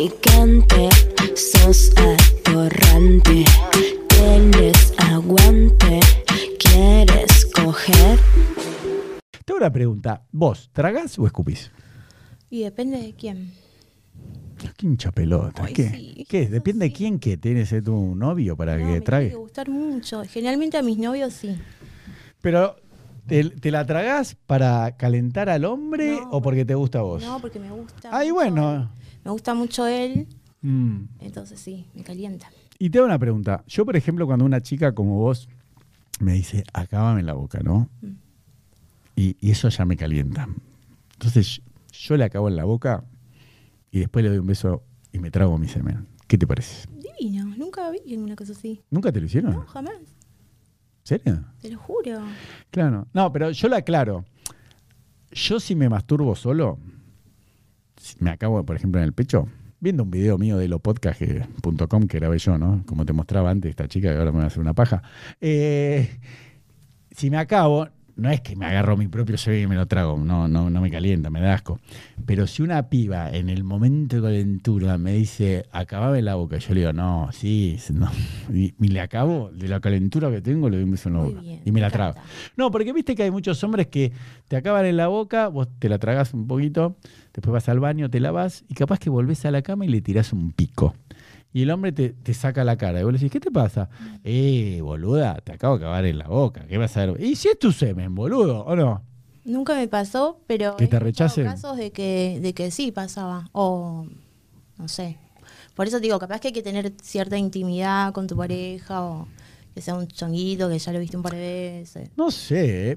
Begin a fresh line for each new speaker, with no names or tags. atorrante, sos atorrante. Tienes aguante, quieres coger.
Tengo una pregunta. ¿Vos tragás o escupís?
Y depende de quién.
Qué hincha pelota.
Ay,
¿Qué?
sí.
¿Qué? Depende de quién que tienes eh, tu novio para
No,
que
me tiene
trague.
que gustar mucho. Generalmente a mis novios sí.
Pero, ¿te, te la tragás para calentar al hombre
No,
o porque te gusta a vos?
No, porque me gusta.
Ay,
mucho
bueno.
él. Me gusta mucho él,
Mm.
entonces sí, me calienta.
Y te hago una pregunta. Yo, por ejemplo, cuando una chica como vos me dice, acábame la boca, ¿no?
Mm.
Y, y eso ya me calienta. Entonces, yo le acabo en la boca y después le doy un beso y me trago mi semen. ¿Qué te parece?
Divino, nunca vi una cosa así.
¿Nunca te lo hicieron?
No, jamás,
¿En serio?
te lo juro.
Claro. No, pero yo la aclaro. Yo si me masturbo solo, si me acabo, por ejemplo, en el pecho, viendo un video mío de lopodcast.com que grabé yo, ¿no? Como te mostraba antes esta chica que ahora me va a hacer una paja. Eh, si me acabo, no es que me agarro mi propio semen y me lo trago, no, no, no me calienta, me da asco. Pero si una piba en el momento de calentura me dice, acabame la boca, yo le digo, no, sí, no. Y, y le acabo, de la calentura que tengo, le doy un beso en la
Muy
boca.
bien,
y me
me
la trago.
encanta.
No, porque viste que hay muchos hombres que te acaban en la boca, vos te la tragás un poquito, después vas al baño, te lavas y capaz que volvés a la cama y le tirás un pico. Y el hombre te, te saca la cara. Y vos le decís, ¿qué te pasa? Eh, boluda, te acabo de acabar en la boca. ¿Qué vas a ver? Y si es tu semen, boludo, ¿o no?
Nunca me pasó, pero
¿Que
he
te
escuchado
rechacen?
casos de que, de que sí pasaba. O no sé. Por eso te digo, capaz que hay que tener cierta intimidad con tu pareja o que sea un chonguito que ya lo viste un par de veces.
No sé.